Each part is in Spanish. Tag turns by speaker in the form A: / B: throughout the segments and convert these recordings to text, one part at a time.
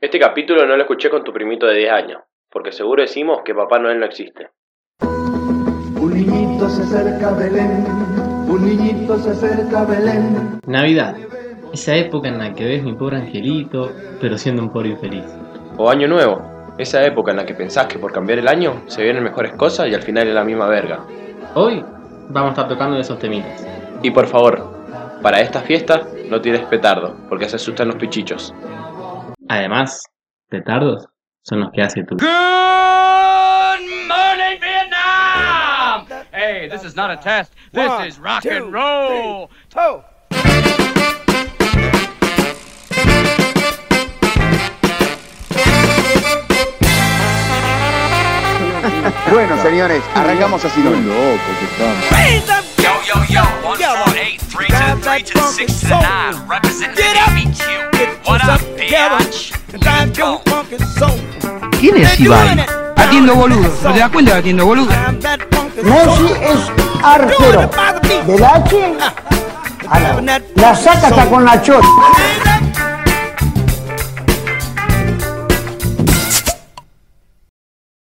A: Este capítulo no lo escuché con tu primito de 10 años, porque seguro decimos que Papá Noel no existe.
B: Un niñito se acerca a Belén, un niñito se acerca a Belén.
C: Navidad, esa época en la que ves mi pobre angelito, pero siendo un pobre infeliz.
D: O Año Nuevo, esa época en la que pensás que por cambiar el año se vienen mejores cosas y al final es la misma verga.
C: Hoy vamos a estar tocando de esos temitas.
D: Y por favor, para estas fiestas no tires petardo, porque se asustan los pichichos.
C: Además, petardos son los que hace tú.
E: Good morning, Vietnam! Hey, this is not a test. This
B: One,
E: is rock
B: two,
E: and roll.
B: ¡Oh!
F: Bueno, señores, arrancamos así. ¿no?
E: Yo, yo, yo, one, four, eight, three, to the three, to the six, to the nine. Representing BBQ. What up, bitch? Yo.
G: ¿Quién es Ibai? Atiendo boludo. ¿No te das cuenta que atiendo boludo?
H: Messi es arquero. Del H a la, la saca hasta con la chota.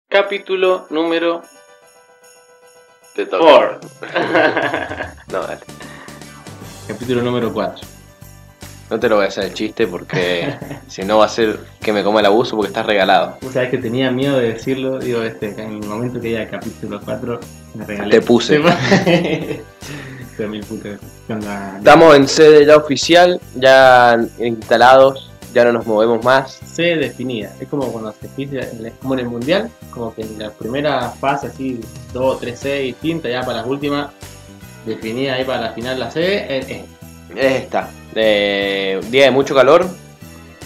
A: Capítulo número 4. no, dale.
C: Capítulo número 4.
D: No te lo voy a hacer el chiste porque si no va a ser que me coma el abuso porque estás regalado.
C: Vos sabés que tenía miedo de decirlo, digo, este, en el momento que haya capítulo 4, me regalé.
D: Te puse.
C: Fue mil putas. Con la-
D: Estamos en sede ya oficial, ya instalados, ya no nos movemos más.
C: C definida. Es como cuando se pide, es como en el mundial, como que en la primera fase, así, 2, 3 C distintas, ya para las últimas, definida ahí para la final la C. eh, es- es.
D: Esta, eh, día de mucho calor,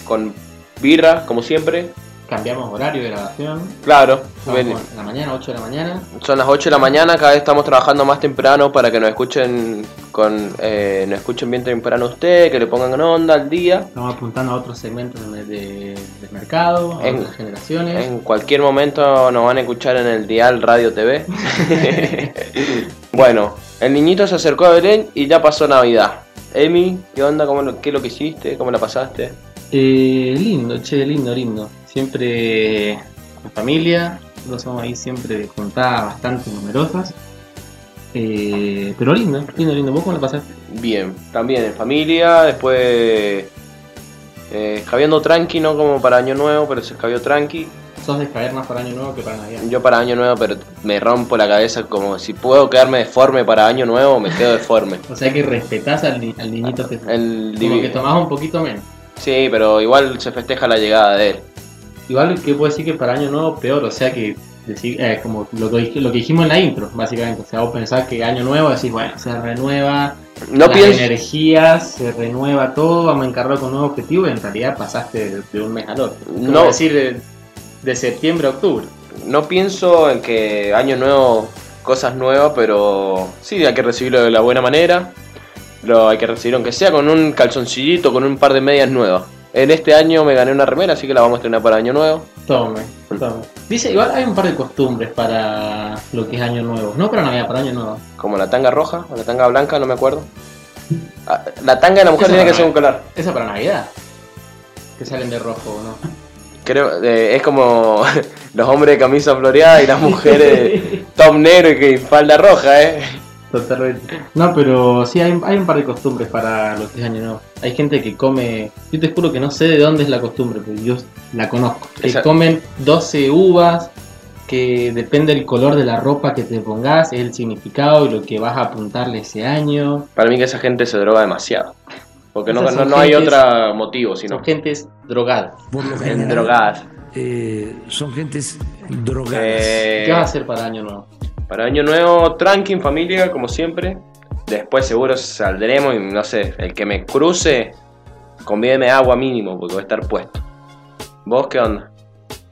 D: con birra, como siempre.
C: Cambiamos horario de grabación.
D: Claro,
C: Estamos
D: ven-
C: en la mañana, 8 de la mañana.
D: Son las 8 de la mañana, cada vez estamos trabajando más temprano para que nos escuchen con eh, nos escuchen bien temprano usted, que le pongan en onda al día.
C: Estamos apuntando a otros segmentos de, de- de mercado, a
D: En-
C: otras generaciones.
D: En cualquier momento nos van a escuchar en el dial Radio TV. bueno, el niñito se acercó a Belén y ya pasó Navidad. Emi, ¿qué onda? ¿Cómo lo- ¿Qué es lo que hiciste? ¿Cómo la pasaste?
C: Eh, lindo, che, lindo, lindo. Siempre en familia, nosotros somos ahí siempre de juntadas bastante numerosas. Eh, pero lindo, lindo, lindo. ¿Vos cómo la pasaste?
D: Bien, también en familia, después eh, escabeando tranqui, no como para Año Nuevo, pero se escabió tranqui.
C: Sos de caer más para Año Nuevo que para Navidad.
D: Yo para Año Nuevo, pero me rompo la cabeza como si puedo quedarme deforme para Año Nuevo, me quedo deforme.
C: O sea que respetás al, ni- al niñito que
D: El
C: como que
D: divi-
C: tomás un poquito menos.
D: Sí, pero igual se festeja la llegada de él.
C: Igual que puedo decir que para Año Nuevo peor, o sea que decir, eh, como lo que, dij- lo que dijimos en la intro, básicamente. O sea, vos pensás que Año Nuevo decís, bueno, se renueva,
D: No
C: las
D: pienso,
C: energías, se renueva todo, vamos a encargar con un nuevo objetivo y en realidad pasaste de, de un mes al otro. Como
D: No.
C: decir, de, de septiembre a octubre.
D: no pienso en que Año Nuevo, cosas nuevas, pero sí, hay que recibirlo de la buena manera. Lo hay que recibir aunque sea con un calzoncillito, con un par de medias nuevas. En este año me gané una remera, así que la vamos a estrenar para Año Nuevo.
C: Tome, tome. Dice, igual hay un par de costumbres para lo que es Año Nuevo. No para Navidad, para Año Nuevo.
D: Como la tanga roja o la tanga blanca, no me acuerdo. Ah, La tanga de la mujer
C: Esa
D: tiene
C: no
D: que
C: me-
D: ser un color.
C: Esa para Navidad. Que salen de rojo, ¿no?
D: Creo, eh, es como los hombres de camisa floreada y las mujeres top negro y que falda roja, ¿eh?
C: Totalmente. No, pero sí, hay, hay un par de costumbres para lo que es año nuevo. Hay gente que come. Yo te juro que no sé de dónde es la costumbre, pero yo la conozco. Que
D: Esa-
C: comen 12 uvas, que depende del color de la ropa que te pongas, es el significado y lo que vas a apuntarle ese año.
D: Para mí que esa gente se droga demasiado. Porque no,
C: Esas
D: no,
C: son
D: no hay
C: gentes-
D: otro motivo, sino
C: Son gentes drogadas.
I: Por lo
D: en
I: general,
D: drogadas.
I: eh, son gentes drogadas.
D: Eh,
C: ¿Qué vas a hacer para año nuevo?
D: para Año Nuevo, tranqui en familia, como siempre. Después seguro saldremos y no sé, el que me cruce, convídeme agua mínimo porque voy a estar puesto. ¿Vos qué onda?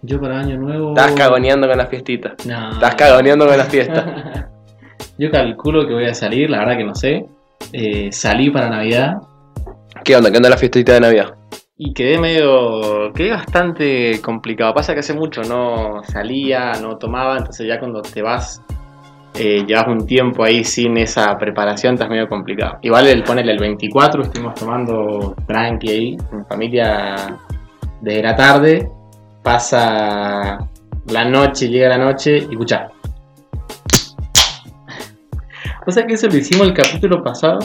C: Yo para año nuevo.
D: Estás cagoneando con las fiestitas.
C: No.
D: Estás cagoneando con las fiestas.
C: Yo calculo que voy a salir, la verdad que no sé. Eh, salí para Navidad.
D: ¿Qué onda? ¿Qué onda la fiestita de Navidad?
C: Y quedé medio. quedé bastante complicado. Pasa que hace mucho no salía, no tomaba, entonces ya cuando te vas. Eh, llevas un tiempo ahí sin esa preparación, estás medio complicado. Igual el ponerle el 24, estuvimos tomando tranqui ahí. Mi familia desde la tarde, pasa la noche, llega la noche y escuchá. O sea que eso lo hicimos el capítulo pasado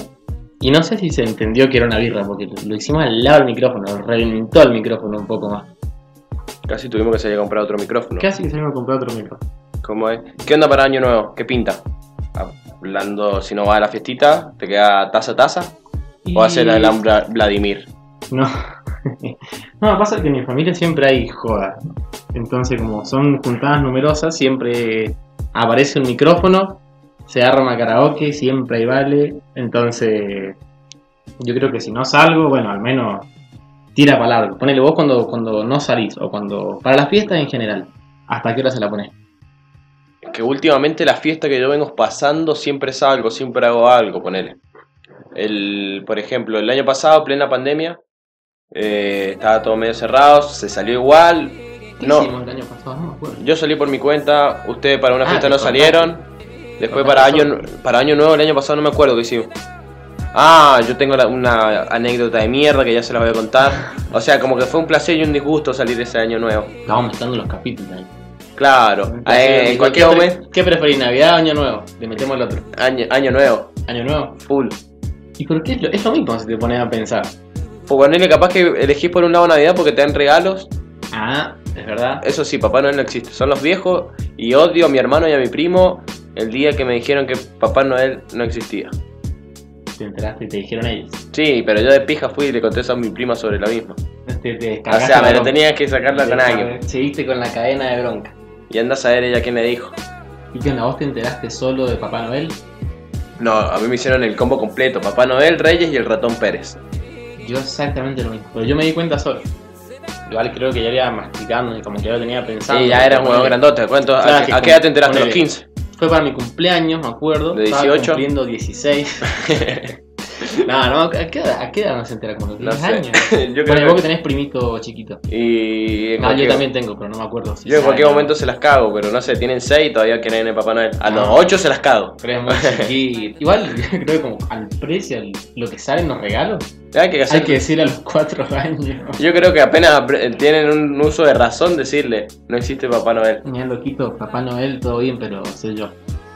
C: y no sé si se entendió que era una birra, porque lo hicimos al lado del micrófono, reventó el micrófono un poco más.
D: Casi tuvimos que salir a comprar otro micrófono.
C: Casi que se me compró otro micrófono.
D: ¿Cómo es? ¿Qué onda para Año Nuevo? ¿Qué pinta? Hablando, si no va a la fiestita, ¿te queda taza a taza? ¿O hacer la Alhambra Vladimir?
C: No. no, pasa que en mi familia siempre hay joda. Entonces, como son juntadas numerosas, siempre aparece un micrófono, se arma karaoke, siempre hay vale. Entonces, yo creo que si no salgo, bueno, al menos tira palabra. Ponele vos cuando, cuando no salís o cuando. Para las fiestas en general. ¿Hasta qué hora se la pones?
D: Que últimamente la fiesta que yo vengo pasando siempre salgo, siempre hago algo, ponele. El, por ejemplo, el año pasado, plena pandemia, eh, estaba todo medio cerrado, se salió igual.
C: ¿Qué hicimos
D: No,
C: el año pasado? No me acuerdo.
D: yo salí por mi cuenta, ustedes para una
C: Ah,
D: fiesta
C: te
D: no
C: contaste.
D: salieron. Después
C: Contaste
D: para
C: todo.
D: año, para año nuevo, el año pasado no me acuerdo qué hicimos. Ah, yo tengo la- una anécdota de mierda que ya se las voy a contar. O sea, como que fue un placer y un disgusto salir ese año nuevo.
C: Estábamos mezclando los capítulos ahí.
D: Claro, eh, en cualquier
C: ¿Qué pre-
D: momento,
C: ¿Qué preferís, Navidad o Año Nuevo? Le metemos el otro.
D: año, año nuevo,
C: ¿Año Nuevo?
D: full.
C: ¿Y por qué es lo, es lo mismo si te pones a pensar?
D: Pues ponerle capaz que elegís por un lado Navidad porque te dan regalos.
C: Ah, es verdad.
D: Eso sí, Papá Noel no existe, son los viejos. Y odio a mi hermano y a mi primo el día que me dijeron que Papá Noel no existía.
C: Te enteraste y te dijeron ellos.
D: Sí, pero yo de pija fui y le conté eso a mi prima sobre la misma.
C: Te, te
D: O
C: descargaste
D: sea,
C: la
D: me lo
C: bronca.
D: tenía que sacarla con
C: Te-
D: alguien.
C: Seguiste con la cadena de bronca.
D: Y anda a saber ella quién le dijo.
C: ¿Y qué onda? ¿Vos te enteraste solo de Papá Noel?
D: No, a mí me hicieron el combo completo: Papá Noel, Reyes y el ratón Pérez.
C: Yo exactamente lo mismo. Pero yo me di cuenta solo. Igual creo que ya había masticando y como que ya lo tenía pensado.
D: Y ya era un
C: Ponele,
D: huevón grandote. ¿Cuánto?
C: Claro,
D: ¿A,
C: que
D: a qué edad te
C: ponele.
D: enteraste? ¿Los 15?
C: Fue para mi cumpleaños, me acuerdo.
D: ¿De
C: Estaba
D: 18?
C: cumpliendo 16. no, no, ¿a qué edad, a qué edad no se entera? Como los
D: No
C: 10
D: sé.
C: años.
D: yo
C: Bueno,
D: creo
C: vos que
D: que.
C: tenés primito chiquito.
D: Y. en
C: No, yo
D: cualquier-
C: también tengo, pero no me acuerdo.
D: Yo
C: si
D: en
C: saben,
D: cualquier
C: ¿no?
D: momento se las cago, pero no sé, tienen 6 y todavía quieren el Papá Noel. A los
C: Ah.
D: 8 se las cago.
C: Pero es muy chiquito. Igual, creo que como al precio, al- lo que salen los regalos,
D: Hay que hacer-
C: hay que decir a los cuatro años.
D: Yo creo que apenas apre- eh, tienen un uso de razón decirle, no existe Papá Noel.
C: Mira, loquito, Papá Noel, todo bien, pero soy yo.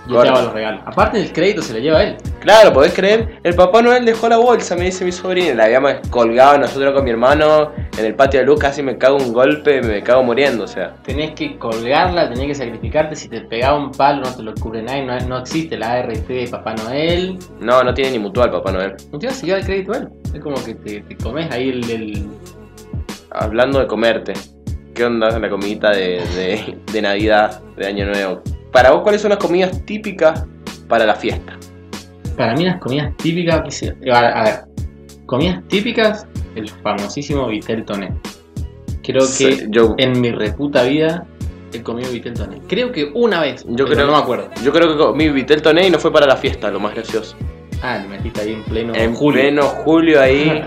C: Yo
D: Corta.
C: te hago los regalos. Aparte, el crédito se lo lleva él.
D: Claro, podés creer, el Papá Noel dejó la bolsa, me dice mi sobrina. La habíamos colgado nosotros con mi hermano en el patio de luz, casi me cago un golpe, me cago muriendo, o sea.
C: Tenés que colgarla, tenés que sacrificarte. Si te pegaba un palo, no te lo cubre nadie. No, no existe la ART de Papá Noel.
D: No, no tiene ni mutual Papá Noel.
C: Entonces, se lleva el crédito él. Es como que te, te comes ahí el, el-
D: Hablando de comerte, ¿qué onda con la comidita de, de- de Navidad, de Año Nuevo? Para vos, ¿cuáles son las comidas típicas para la fiesta?
C: Para mí, las comidas típicas. qué sé yo. A, a ver, comidas típicas, el famosísimo Vitel Toné. Creo que.
D: Sí, yo,
C: En mi reputa vida he comido vitel toné. Creo que una vez.
D: Yo
C: pero
D: creo-
C: no me acuerdo.
D: yo creo que comí vitel toné y no fue para la fiesta, lo más gracioso.
C: Ah, le metiste ahí en pleno
D: En
C: julio.
D: pleno julio ahí,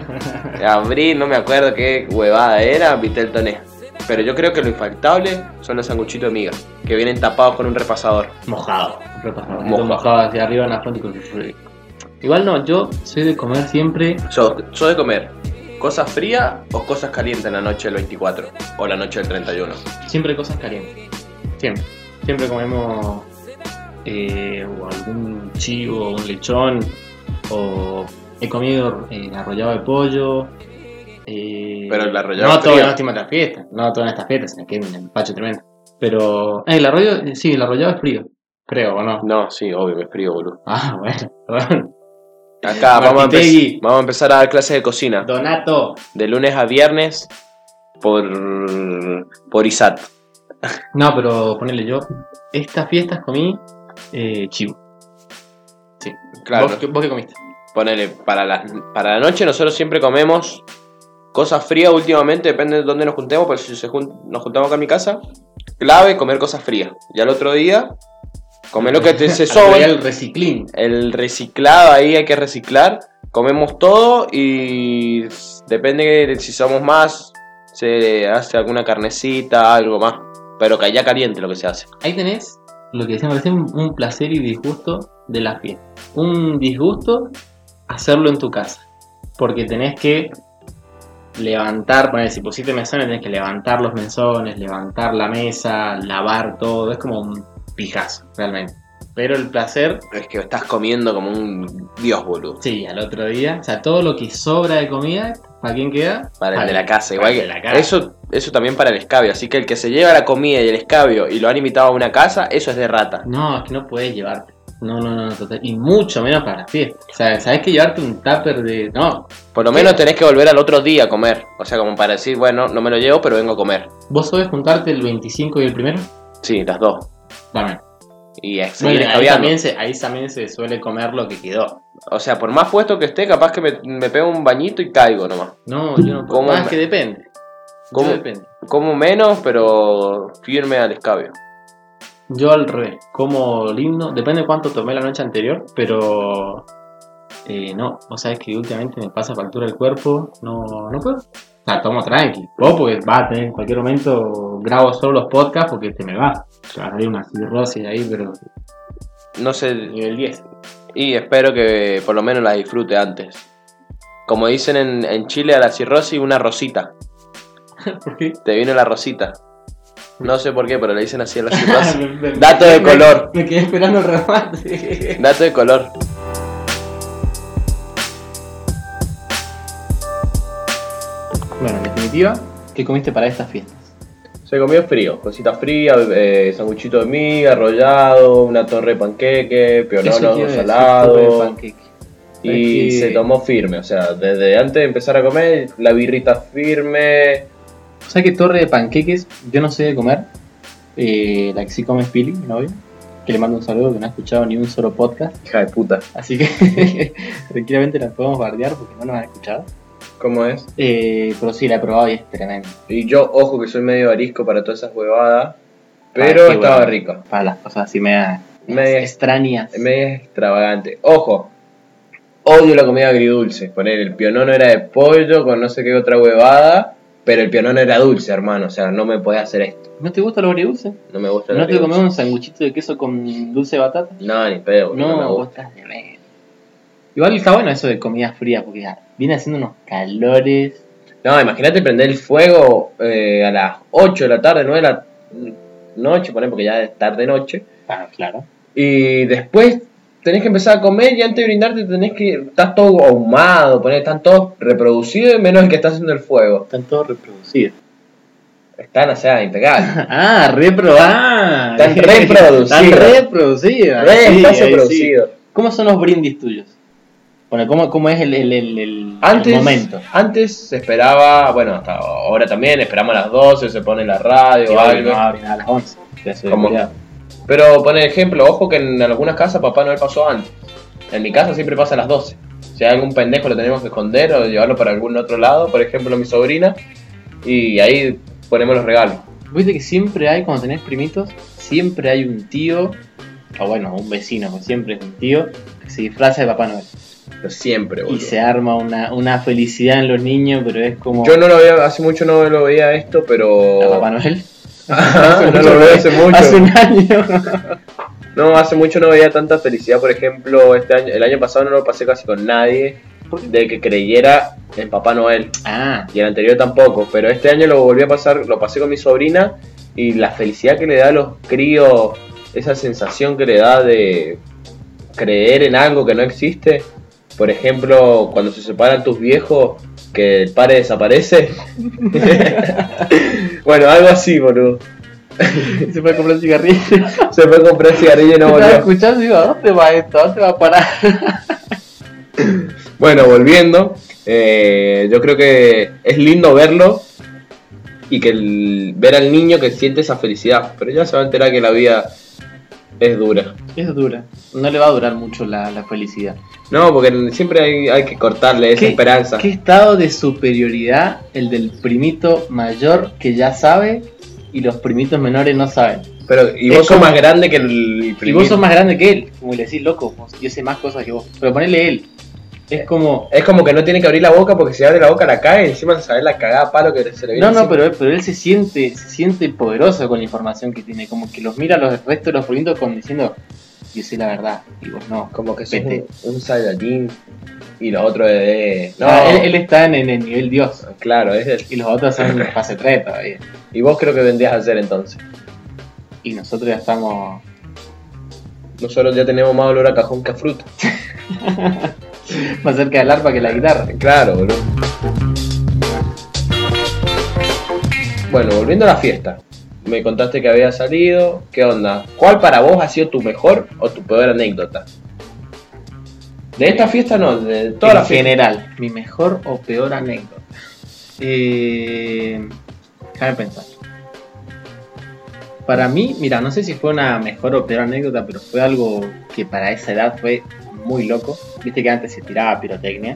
D: abril, no me acuerdo qué huevada era, Vitel Toné. Pero yo creo que lo infaltable son los sanguchitos de miga, que vienen tapados con un repasador.
C: Mojado. Repasado.
D: Mojado.
C: Mojado. hacia arriba en la frente con rico. Igual no, yo soy de comer siempre.
D: Yo, yo de comer, cosas frías o cosas calientes en la noche del 24 o la noche del 31.
C: Siempre cosas calientes. Siempre. Siempre comemos eh, o algún chivo, un lechón. O he comido eh, arrollado de pollo. eh,
D: Pero el arrollado
C: No todo
D: frío.
C: no estima la fiesta. No todas estas fiestas, sino que es un empacho tremendo. Pero. eh, el arroyo, eh, sí, el arrollado es frío. Creo, ¿o no?
D: No, sí, obvio, es frío, boludo.
C: Ah, bueno.
D: Acá vamos a, empe-
C: Martitegui.
D: vamos a empezar a dar clases de cocina,
C: Donato.
D: de lunes a viernes por, por ISAT.
C: No, pero ponele yo. Estas fiestas comí eh, chivo. ¿Vos, qué- ¿Vos qué comiste?
D: Ponele, para la, para la noche nosotros siempre comemos cosas frías últimamente, depende de dónde nos juntemos, pero si se jun- nos juntamos acá en mi casa, clave comer cosas frías. Y al otro día, comer lo que te se
C: Arrollado
D: sobre.
C: El reciclín.
D: El reciclado, ahí hay que reciclar. Comemos todo y depende de si somos más, se hace alguna carnecita, algo más. Pero que ya caliente lo que se hace.
C: Ahí tenés lo que decíamos recién, un placer y disgusto de la fiesta. Un disgusto hacerlo en tu casa. Porque tenés que levantar, poner, si pusiste mesones, tenés que levantar los mesones, levantar la mesa, lavar todo, es como un pijazo, realmente. Pero el placer,
D: Es que estás comiendo como un dios, boludo.
C: sí, al otro día, o sea, todo lo que sobra de comida, ¿para quién queda?
D: Para el de la casa,
C: para
D: igual
C: el
D: que
C: de la casa.
D: Eso, eso también para el escabio. Así que el que se lleva la comida y el escabio y lo han invitado a una casa, eso es de rata.
C: No, es que no puedes llevarte. No, no, no, no, total. Y mucho menos para las fiestas. O sea, sabes que llevarte un tupper de. No,
D: Por lo menos tenés que volver al otro día a comer. O sea, como para decir, bueno, no me lo llevo, pero vengo a comer.
C: vos sabés juntarte el 25 y el primero.
D: Sí, las dos.
C: Bueno,
D: Y a seguir
C: bueno, ahí,
D: escabeando.
C: también se, ahí también se suele comer lo que quedó.
D: O sea, por más puesto que esté, capaz que me, me pego un bañito y caigo nomás.
C: No, yo no puedo.
D: ¿Cómo?
C: Más que depende.
D: ¿Cómo?
C: Yo depende.
D: Como menos, pero firme al escabio.
C: Yo al revés, como lindo, depende cuánto tomé la noche anterior, pero eh, no, o sea, es que últimamente me pasa factura el cuerpo, no, no puedo. O sea, tomo tranqui, o porque va a tener en cualquier momento, grabo solo los podcasts porque te me va. O sea, hay una cirrosis ahí, pero
D: No sé,
C: nivel 10.
D: y espero que eh, por lo menos la disfrute antes. Como dicen en, en Chile a la cirrosis, una rosita.
C: ¿Por qué?
D: Te vino la rosita. No sé por qué, pero le dicen así a la
C: Ah,
D: cirrosis.
C: me- me-
D: Dato de
C: me-
D: color.
C: Me quedé esperando el remate.
D: Dato de color.
C: bueno, en definitiva, ¿qué comiste para estas fiestas?
D: Se comió frío, cosita fría, eh, sanguchito de miga, arrollado, una torre de panqueque,
C: Eso te iba a
D: pionono
C: decir, súper
D: salado.
C: panqueque.
D: Y
C: Es que-
D: se tomó firme, o sea, desde antes de empezar a comer, la birrita firme.
C: O sea que torre de panqueques, yo no sé de comer. Eh, la que sí come es Pili, mi novia, que le mando un saludo que no ha escuchado ni un solo podcast.
D: Hija de puta.
C: Así que tranquilamente la podemos bardear porque no nos han escuchado.
D: ¿Cómo es?
C: Eh, pero sí, la he probado y es tremenda.
D: Y yo, ojo que soy medio arisco para todas esas huevadas, pero
C: Ah, qué
D: estaba
C: huevada.
D: rico.
C: Para las cosas así me
D: Me-
C: extrañas.
D: Medio extravagante. Ojo, odio la comida agridulce. Poner el pionono era de pollo con no sé qué otra huevada, pero el pionono era dulce, hermano. O sea, no me podía hacer esto.
C: ¿No te gusta lo agridulce?
D: No me gusta el
C: ¿No te comes
D: agridulce.
C: un sanguchito de queso con dulce de batata?
D: No, ni pedo, no,
C: No,
D: me
C: vos
D: gusta.
C: estás de ver. Igual está bueno eso de comida fría porque ah, viene haciendo unos calores.
D: No, imagínate prender el fuego eh, a las 8 de la tarde, 9 de la noche, poner porque ya es tarde noche.
C: Ah, claro.
D: Y después tenés que empezar a comer y antes de brindarte tenés que. Estás todo ahumado, ponés, están todos reproducidos menos el que está haciendo el fuego.
C: Están todos reproducidos.
D: Están, o sea, impecables.
C: Ah, reprobar.
D: Están reproducidos.
C: Están reproducidos.
D: Re
C: Ahí sí,
D: espacio
C: ahí sí.
D: producido.
C: ¿Cómo son los brindis tuyos? Bueno, ¿cómo, cómo es el, el, el, el-
D: Antes,
C: el momento?
D: antes se esperaba, bueno, hasta ahora también, esperamos a las 12, se pone la radio o
C: Igual
D: algo.
C: no abren Ah, a las 11. ya se
D: ¿Cómo?
C: olvidaba.
D: Pero pone ejemplo, ojo que en algunas casas Papá Noel pasó antes. En mi casa siempre pasa a las 12. Si hay algún pendejo lo tenemos que esconder o llevarlo para algún otro lado, por ejemplo mi sobrina, y ahí ponemos los regalos.
C: Viste que siempre hay, cuando tenés primitos, siempre hay un tío, o bueno, un vecino, pues siempre es un tío, que se disfraza de Papá Noel.
D: Pero siempre,
C: Y
D: boludo.
C: se arma una, una felicidad en los niños, pero es como...
D: Yo no lo veía, hace mucho no lo veía esto,
C: ¿A Papá
D: pero...
C: Noel?
D: Ajá, Ah, no lo veo hace mucho.
C: ¿eh? Hace un año.
D: No, hace mucho no veía tanta felicidad, por ejemplo, este año, el año pasado no lo pasé casi con nadie de que creyera en Papá Noel.
C: ah,
D: y el anterior tampoco, pero este año lo volví a pasar, lo pasé con mi sobrina y la felicidad que le da a los críos, esa sensación que le da de creer en algo que no existe. Por ejemplo, cuando se separan tus viejos, que el padre desaparece. bueno, algo así, boludo.
C: se fue a comprar cigarrillos.
D: Se fue a comprar cigarrillo y no
C: Estaba
D: volvió.
C: escuchando y digo, ¿a dónde va esto? ¿A dónde va a parar?
D: Bueno, volviendo, eh, yo creo que es lindo verlo y que el- ver al niño que siente esa felicidad, pero ya se va a enterar que la vida es dura.
C: Es dura. No le va a durar mucho la, la felicidad.
D: No, porque siempre hay, hay que cortarle esa
C: ¿Qué-
D: esperanza.
C: ¿Qué estado de superioridad el del primito mayor que ya sabe y los primitos menores no saben?
D: Pero y
C: Es
D: vos sos
C: como-
D: más grande que el
C: Y
D: primero.
C: vos sos más grande que él. Como le decís, loco, vos- yo sé más cosas que vos. Pero ponele él.
D: Eh,
C: Es como.
D: Es como que no tiene que abrir la boca porque si abre la boca la cae y encima sabes la cagada a palo que se le viene.
C: No, no,
D: encima.
C: pero, él- pero él se siente, se siente poderoso con la información que tiene, como que los mira a los restos de los bonitos como diciendo, yo sé la verdad, y vos no.
D: Como que es
C: Vete.
D: un, un Saiyajin y los otros de. No,
C: No, Ah, él, él está en, en el nivel dios,
D: claro, es el-
C: y los otros son en fase 3 todavía.
D: Y vos creo que vendrías a ser entonces.
C: Y nosotros ya estamos...
D: Nosotros ya tenemos más olor a cajón que a fruta.
C: más cerca del arpa que la guitarra.
D: Claro, boludo. Bueno, volviendo a la fiesta. Me contaste que había salido. ¿Qué onda? ¿Cuál para vos ha sido tu mejor o tu peor anécdota? De esta fiesta no, de toda
C: en
D: la fiesta.
C: general, mi mejor o peor anécdota. Eh, déjame pensar. Para mí, mira, no sé si fue una mejor o peor anécdota, pero fue algo que para esa edad fue muy loco. Viste que antes se tiraba pirotecnia.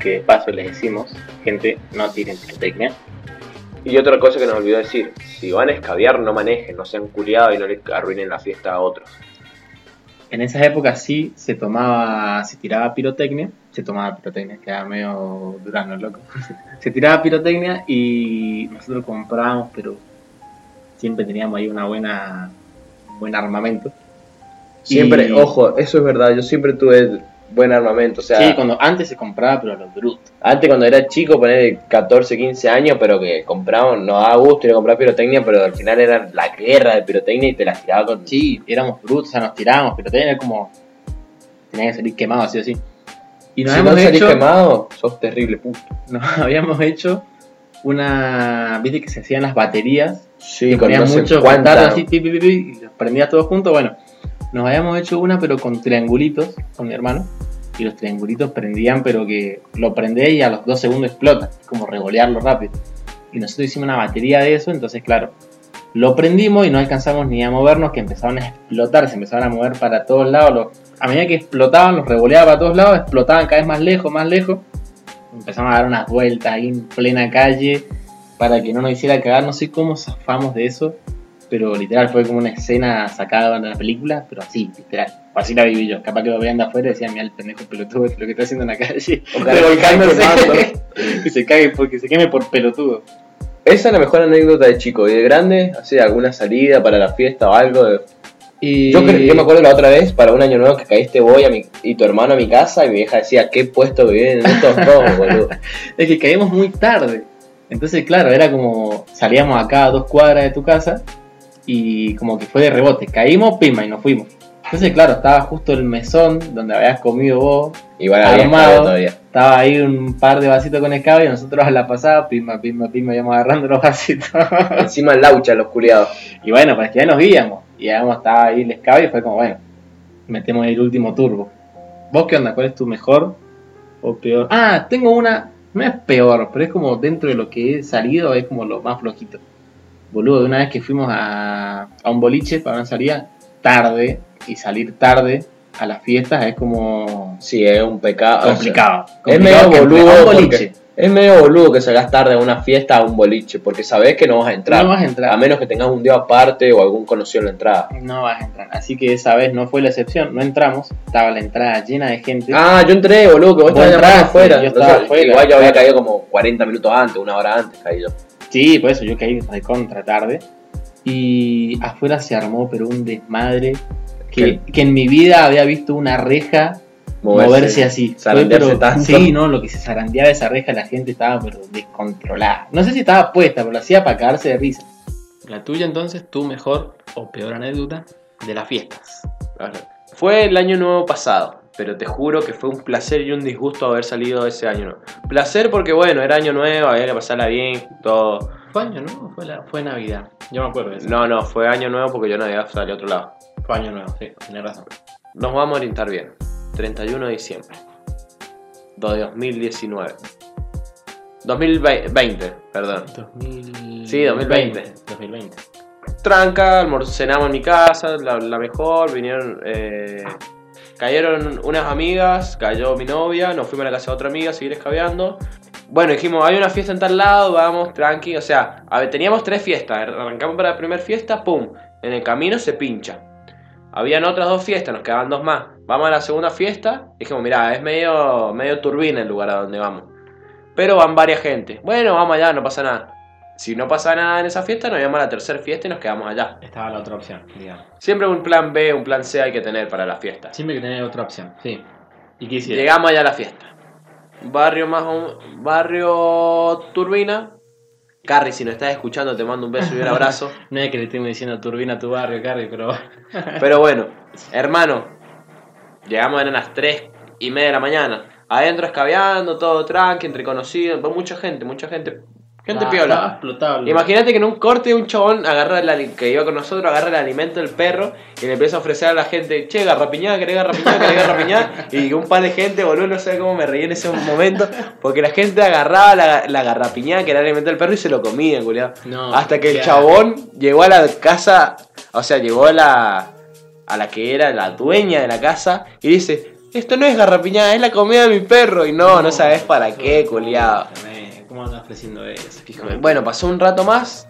C: Que de paso les decimos, gente, no tiren pirotecnia.
A: Y otra cosa que nos olvidó decir, si van a escabiar no manejen, no sean culiados y no les arruinen la fiesta a otros.
C: En esas épocas sí se tomaba, se tiraba pirotecnia, se tomaba pirotecnia, quedaba medio durano, loco. se tiraba pirotecnia y nosotros comprábamos, pero siempre teníamos ahí una buena, un buen armamento.
D: Siempre,
C: Y-
D: ojo, eso es verdad. Yo siempre tuve buen armamento. O sea,
C: sí, cuando antes se compraba, pero a los brutos.
D: antes cuando era chico, poner 14, 15 años, pero que compraban, no daba gusto ir a comprar pirotecnia, pero al final era la guerra de pirotecnia y te las tiraba con
C: Sí, éramos brutos, o sea, nos tirábamos pirotecnia, era como tenía que salir quemado, así o así. Y nos
D: si no
C: hemos
D: salís
C: hecho-
D: quemado, sos terrible puto.
C: nos habíamos hecho una, viste que se hacían las baterías
D: Sí,
C: Ponían muchos contactos así, pi, pi, pi, pi, y los prendías todos juntos. Bueno, nos habíamos hecho una, pero con triangulitos, con mi hermano. Y los triangulitos prendían, pero que lo prendés y a los dos segundos explota. es Como revolearlo rápido. Y nosotros hicimos una batería de eso, entonces, claro, lo prendimos y no alcanzamos ni a movernos, que empezaban a explotar, se empezaban a mover para todos lados. los- a medida que explotaban, los revoleaba para todos lados, explotaban cada vez más lejos, más lejos. Empezamos a dar unas vueltas ahí en plena calle para que no nos hiciera cagar. No sé cómo zafamos de eso, pero literal fue como una escena sacada de la película, pero así, literal. O así la viví yo. Capaz que lo veían de afuera y decían, mira el pendejo pelotudo, este lo que está haciendo en la calle. Revolcándose. que se cague porque se queme por pelotudo.
D: Esa es la mejor anécdota de chico. Y de grande, así, alguna salida para la fiesta o algo. de-
C: Y...
D: Yo, creo- yo me acuerdo la otra vez, para un año nuevo, que caíste vos y, a mi- y tu hermano a mi casa y mi vieja decía, qué puesto que viven estos dos, boludo.
C: es que caímos muy tarde. Entonces, claro, era como salíamos acá a dos cuadras de tu casa y como que fue de rebote. Caímos, pima, y nos fuimos. Entonces, claro, estaba justo el mesón donde habías comido vos.
D: Y van a ver
C: Armado.
D: todavía.
C: Estaba ahí un par de vasitos con escabio y nosotros a la pasada, pima, pima, pima, íbamos agarrando los vasitos.
D: Encima laucha los curiados.
C: y bueno, pues ya nos guíamos. Y digamos, estaba ahí el escabio y fue como, bueno, metemos ahí el último turbo. ¿Vos qué onda? ¿Cuál es tu mejor o peor? Ah, tengo una, no es peor, pero es como dentro de lo que he salido, es como lo más flojito. Boludo, de una vez que fuimos a, a un boliche para una salida tarde y salir tarde a las fiestas es como
D: Sí, es un pecado. o sea,
C: complicado.
D: es
C: Complicado
D: medio
C: que entre- a
D: boludo.
C: un boliche.
D: porque- Es medio boludo que salgas tarde a una fiesta a un boliche, porque sabés que no vas a entrar.
C: No vas a entrar.
D: A menos que tengas un día aparte o algún conocido en la entrada.
C: No vas a entrar. Así que esa vez no fue la excepción. No entramos. Estaba la entrada llena de gente.
D: Ah, yo entré, boludo, que vos
C: Vos
D: estabas llamando
C: entraste,
D: afuera.
C: yo estaba
D: Entonces,
C: afuera,
D: Igual yo
C: claro.
D: había caído como 40 minutos antes, una hora antes caí yo.
C: Sí, por eso yo caí de contra tarde. Y afuera se armó, pero un desmadre. Que, que en mi vida había visto una reja moverse, así. Fue,
D: zarandearse
C: pero-
D: tanto.
C: Sí, no, lo que se zarandeaba esa reja, la gente estaba pero descontrolada. No sé si estaba puesta, pero la hacía para cagarse de risa. La tuya entonces, tu mejor o peor anécdota de las fiestas.
A: Fue el año nuevo pasado, pero te juro que fue un placer y un disgusto haber salido de ese año nuevo. Placer porque bueno, era año nuevo, había que pasarla bien, todo.
C: Fue año, ¿no? Fue, la- fue Navidad. Yo me acuerdo de eso.
A: No, no, fue año nuevo porque yo no había salido a otro lado.
C: Fue año nuevo, sí, tenés razón.
A: Nos vamos a orientar bien. 31 de diciembre de 2019. 2020, perdón.
C: 2000...
A: Sí, 2020.
C: 2020.
A: Tranca, almor- cenamos en mi casa, la, la mejor, vinieron... eh, cayeron unas amigas, cayó mi novia, nos fuimos a la casa de otra amiga a seguir escabeando. Bueno, dijimos, hay una fiesta en tal lado, vamos, tranqui. O sea, a ver, teníamos tres fiestas, arrancamos para la primera fiesta, pum, en el camino se pincha. Habían otras dos fiestas, nos quedaban dos más. Vamos a la segunda fiesta. Dijimos, mirá, es medio, medio turbina el lugar a donde vamos. Pero van varias gente. Bueno, vamos allá, no pasa nada. Si no pasa nada en esa fiesta, nos íbamos a la tercera fiesta y nos quedamos allá.
C: Estaba la otra opción, digamos.
A: Siempre un plan B, un plan C hay que tener para las fiestas.
C: Siempre que tener otra opción, sí. ¿Y qué hicieron?
A: Llegamos allá a la fiesta. Barrio más o- barrio Turbina. Carrie, si nos estás escuchando, te mando un beso y un abrazo.
C: No es que le estemos diciendo turbina a tu barrio, Carrie, pero.
A: Pero bueno, hermano, llegamos eran las 3 y media de la mañana. Adentro escabeando, todo tranqui, entre conocidos, pues mucha gente, mucha gente. Gente
C: Ah, estaba
A: piola.
C: explotable.
A: Imagínate que en un corte un chabón agarra el ali- que iba con nosotros, agarra el alimento del perro y le empieza a ofrecer a la gente, che, garrapiñada, querés garrapiñada, querés garrapiñada. Y un par de gente, boludo, no sé cómo me reí en ese momento, porque la gente agarraba la, la garrapiñada que era el alimento del perro y se lo comía, culiado.
C: No,
A: Hasta que el
C: claro.
A: chabón llegó a la casa, o sea, llegó a la, a la que era la dueña de la casa y dice, esto no es garrapiñada, es la comida de mi perro. Y no, no, sabes para qué, culiado.
C: También, ¿Cómo andas ofreciendo eso? hijo de-
A: Bueno, pasó un rato más.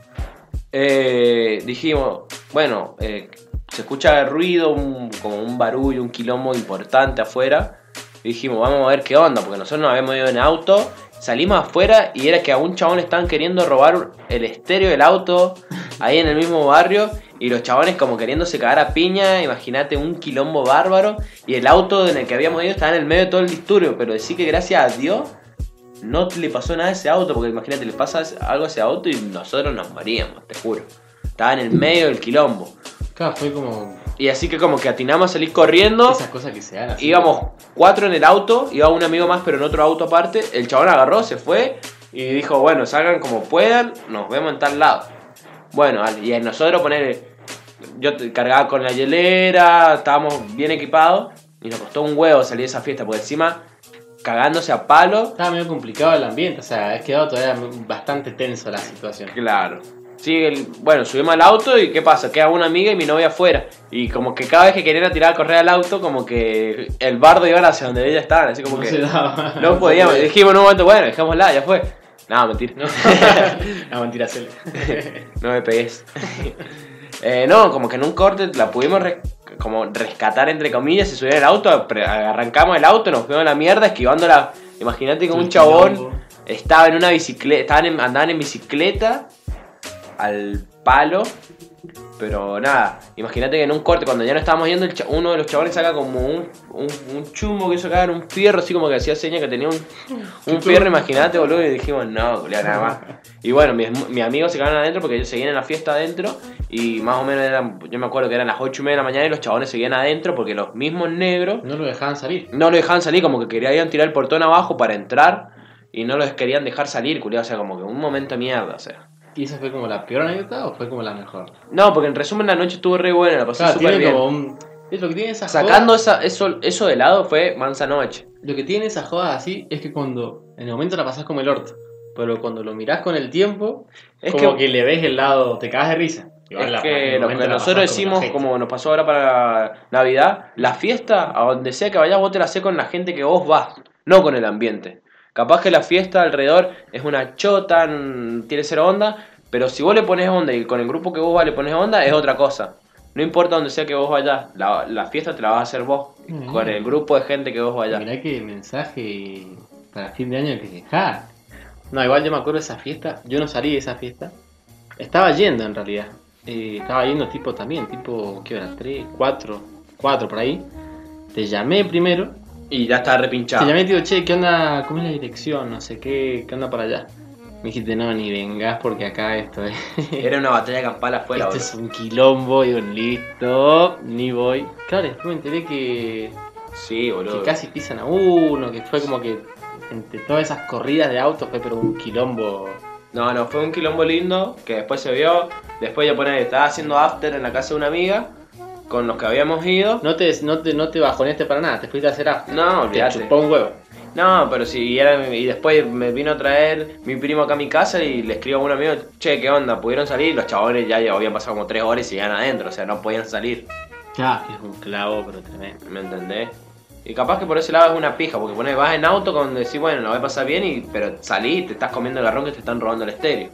A: eh, dijimos, bueno, eh, se escucha ruido, un- como un barullo, un quilombo importante afuera. Y dijimos, vamos a ver qué onda, porque nosotros nos habíamos ido en auto. Salimos afuera y era que a un chabón le estaban queriendo robar el estéreo del auto ahí en el mismo barrio. Y los chabones como queriéndose cagar a piña, imagínate un quilombo bárbaro. Y el auto en el que habíamos ido estaba en el medio de todo el disturbio. Pero sí que gracias a Dios no le pasó nada a ese auto, porque imagínate, le pasa algo a ese auto y nosotros nos moríamos, te juro. Estaba en el medio del quilombo.
C: Claro, fue como.
A: Y así que como que atinamos a salir corriendo.
C: Esas cosas que se dan así.
A: Íbamos cuatro en el auto, iba un amigo más pero en otro auto aparte. El chabón agarró, se fue y dijo, bueno, salgan como puedan, nos vemos en tal lado. Bueno, al- y a nosotros poner, yo te- cargaba con la hielera, estábamos bien equipados y nos costó un huevo salir de esa fiesta, porque encima cagándose a palo.
C: Estaba medio complicado el ambiente, o sea, ha quedado todavía bastante tenso la situación.
A: Claro. Sí, el- bueno, subimos al auto y ¿qué pasa? Queda una amiga y mi novia afuera. Y como que cada vez que querían tirar a correr al auto, como que el bardo iba hacia donde ella estaba. Así como
C: No
A: que
C: se daba.
A: no podíamos. Dijimos en un momento, bueno, dejémosla, ya fue. No, mentira.
C: No, no mentira, Cele.
A: No me pegues. Eh, no, como que en un corte la pudimos res- como rescatar, entre comillas, se subieron al auto, pre- arrancamos el auto, nos fuimos a la mierda esquivándola. Imagínate que
C: Todo
A: un
C: el
A: chabón
C: quilombo.
A: estaba en una bicicleta, estaban en- andaban en bicicleta al palo, pero nada, imagínate que en un corte, cuando ya no estábamos yendo, el cha- uno de los chabones saca como un, un, un chumbo que hizo cagar, un fierro, así como que hacía seña que tenía un, un fierro, imagínate, boludo, y dijimos, no, culiao, nada más. Y bueno, mis, mis amigos se quedaron adentro porque ellos seguían en la fiesta adentro y más o menos eran, yo me acuerdo que eran las 8 y media de la mañana y los chabones seguían adentro porque los mismos negros
C: No lo dejaban salir.
A: no lo dejaban salir, como que querían tirar el portón abajo para entrar y no los querían dejar salir, culiao, o sea, como que un momento de mierda, o sea.
C: ¿Y esa fue como la peor anécdota o fue como la mejor?
A: No, porque en resumen la noche estuvo re buena, la pasé
C: Claro,
A: súper
C: tiene
A: bien.
C: como un. ¿Ves lo que tiene esas
A: Sacando
C: jodas?
A: esa, eso, eso de lado fue mansa noche.
C: Lo que tiene esas jodas así es que cuando. En el momento la pasás como el orto. Pero cuando lo mirás con el tiempo,
A: Es
C: es como
A: que-
C: que, le ves el lado, te cagas de risa. Igual
A: es
C: la- en
A: que
C: el
A: lo
C: momento
A: que
C: la
A: nosotros
C: pasás como
A: decimos,
C: la
A: como nos pasó ahora para Navidad, la fiesta, a donde sea que vayas, vos te la haces con la gente que vos vas, no con el ambiente. Capaz que la fiesta alrededor es una chota, n- tiene cero onda, pero si vos le pones onda y con el grupo que vos vas le pones onda, es otra cosa. No importa donde sea que vos vayas, la, la fiesta te la vas a hacer vos,
C: Mm.
A: con el grupo de gente que vos
C: Mira
A: vayas.
C: Mirá qué mensaje para fin de año que dejar. No, igual yo me acuerdo de esa fiesta. Yo no salí de esa fiesta. Estaba yendo en realidad. Eh, estaba yendo tipo también, tipo, ¿qué hora? ¿Tres? ¿Cuatro? ¿Cuatro por ahí? Te llamé primero.
A: Y ya está
C: Te
A: repinchado.
C: llamé y te digo, che, ¿qué onda? ¿Cómo es la dirección? No sé qué, ¿qué onda para allá? Me dijiste, no, ni vengas porque acá esto es.
A: Era una batalla campal afuera,
C: Esto
A: boludo.
C: es un quilombo, digo, listo, ni voy. Claro, después me enteré que
A: Sí, boludo.
C: que casi pisan a uno, que fue como que entre todas esas corridas de autos fue pero un quilombo.
A: No, no, fue un quilombo lindo que después se vio. Después yo pone, estaba haciendo after en la casa de una amiga con los que habíamos ido.
C: No te, no te, no te bajoneaste para nada, te fuiste a hacer after.
A: No,
C: te
A: olvídate.
C: chupó un huevo.
A: No, pero sí, y, era- y después me vino a traer mi primo acá a mi casa y le escribo a un amigo, che, ¿qué onda? ¿Pudieron salir? Los chabones ya habían pasado como tres horas y seguían adentro, o sea, no podían salir,
C: Ya, es un clavo, pero tremendo.
A: ¿me entendés? Y capaz que por ese lado es una pija, porque ponés, vas en auto con decir, bueno, no va a pasar bien, y, pero salí y te estás comiendo el garrón que te están robando el estéreo.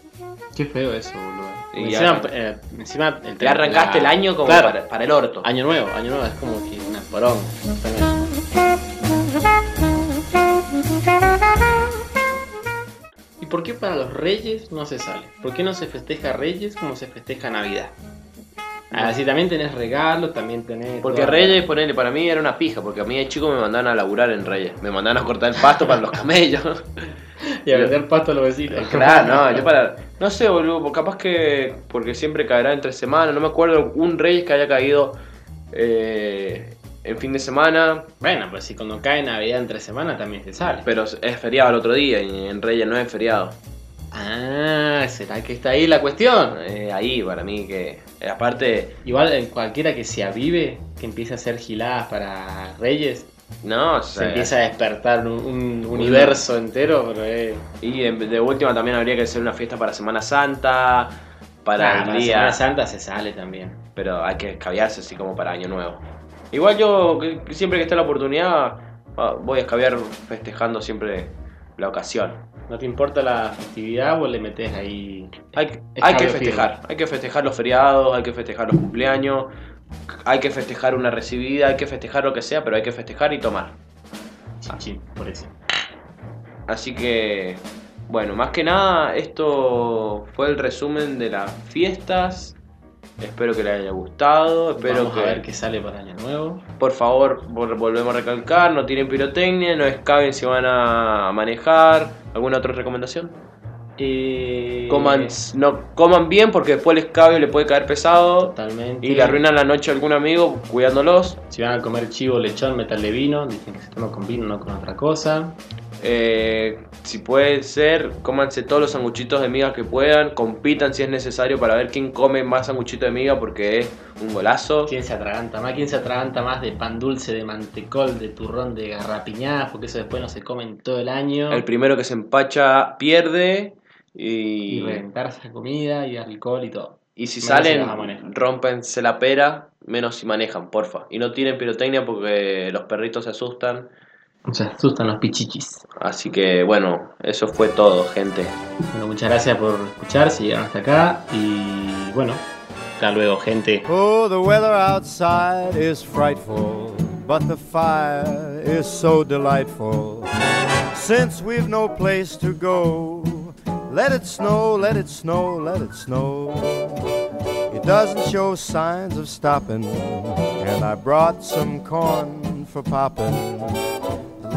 C: Qué feo eso, boludo.
D: Y
C: encima,
D: arran-
C: eh, encima el
D: Te arrancaste el
C: la-
D: año como
C: Claro.
D: para, para el orto.
C: Año nuevo, año nuevo, es como que una poronga. tremendo. ¿Y por qué para los reyes no se sale? ¿Por qué no se festeja reyes como se festeja Navidad? Así también tenés regalos, también tenés...
D: Porque
C: toda-
D: Reyes, ponele, para mí era una fija, porque a mí de chico me mandaban a laburar en Reyes. Me mandaban a cortar el pasto para los camellos.
C: Y a vender pasto a los vecinos.
D: Eh, Claro, no, yo para. No sé, boludo, porque capaz que. Porque siempre caerá entre semana. No me acuerdo un Reyes que haya caído eh, en fin de semana.
C: Bueno, pues si cuando cae Navidad entre semana también se sale.
D: Pero es feriado el otro día y en Reyes no es feriado.
C: Ah, ¿será que está ahí la cuestión?
D: Eh, ahí para mí que. eh, aparte,
C: Igual eh, cualquiera que se avive, que empiece a hacer giladas para Reyes,
D: no, o
C: se
D: sea,
C: empieza a despertar un, un universo entero, pero eh,
D: Y en- de última también habría que hacer una fiesta para Semana Santa. Para
C: claro,
D: el día.
C: Semana Santa se sale también.
D: pero hay que escabearse así como para Año Nuevo. Igual yo, que- que siempre que esté la oportunidad, ah, voy a escabear festejando siempre la ocasión.
C: ¿No te importa la festividad o le metes ahí?
D: Hay, que-
C: Es
D: hay que
C: cambio
D: festejar, hay que festejar los feriados, hay que festejar los cumpleaños, hay que festejar una recibida, hay que festejar lo que sea, pero hay que festejar y tomar.
C: Chin, chin, por eso.
D: Así que, bueno, más que nada, esto fue el resumen de las fiestas. Espero que les haya gustado, espero
C: Vamos
D: que...
C: a ver qué sale para Año Nuevo.
D: Por favor, vol- volvemos a recalcar, no tienen pirotecnia, no escaben si van a manejar. ¿Alguna otra recomendación?
C: Eh,
D: Coman, no, coman bien porque después el escabio le puede caer pesado
C: Totalmente.
D: y le arruinan la noche a algún amigo cuidándolos.
C: Si van a comer chivo, lechón, metal de vino, dicen que se toma con vino, no con otra cosa.
D: Eh, si puede ser, cómanse todos los sanguchitos de miga que puedan, compitan si es necesario para ver quién come más sanguchito de miga porque es un golazo.
C: ¿Quién se atraganta más? ¿Quién se atraganta más de pan dulce, de mantecol, de turrón, de garrapiñadas? Porque eso después no se comen todo el año.
D: El primero que se empacha pierde y...
C: y reventar esa comida y alcohol y todo.
D: Y si
C: Menos si
D: salen,
C: las manejan.
D: rompense la pera, menos si manejan, porfa. Y no tienen pirotecnia porque los perritos se asustan.
C: Se asustan los pichichis.
D: Así que bueno, eso fue todo, gente.
C: Bueno, muchas gracias por escuchar, si llegaron hasta acá. Y bueno, hasta luego, gente.
J: Oh, the weather outside is frightful, but the fire is so delightful. Since we've no place to go, let it snow, let it snow, let it snow. It doesn't show signs of stopping, and I brought some corn for popping. The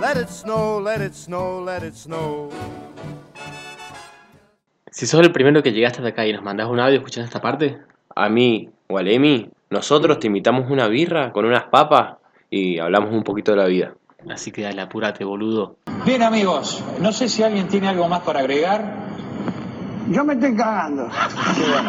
J: let it snow, let it snow, let it snow.
C: Si sos el primero que llegaste hasta acá y nos mandás un audio escuchando esta parte,
D: A mí o a Emi, nosotros te invitamos una birra con unas papas y hablamos un poquito de la vida.
C: así que dale, apúrate, boludo.
E: Bien amigos, no sé si alguien tiene algo más para agregar.
K: Yo me estoy cagando.
E: Qué bueno.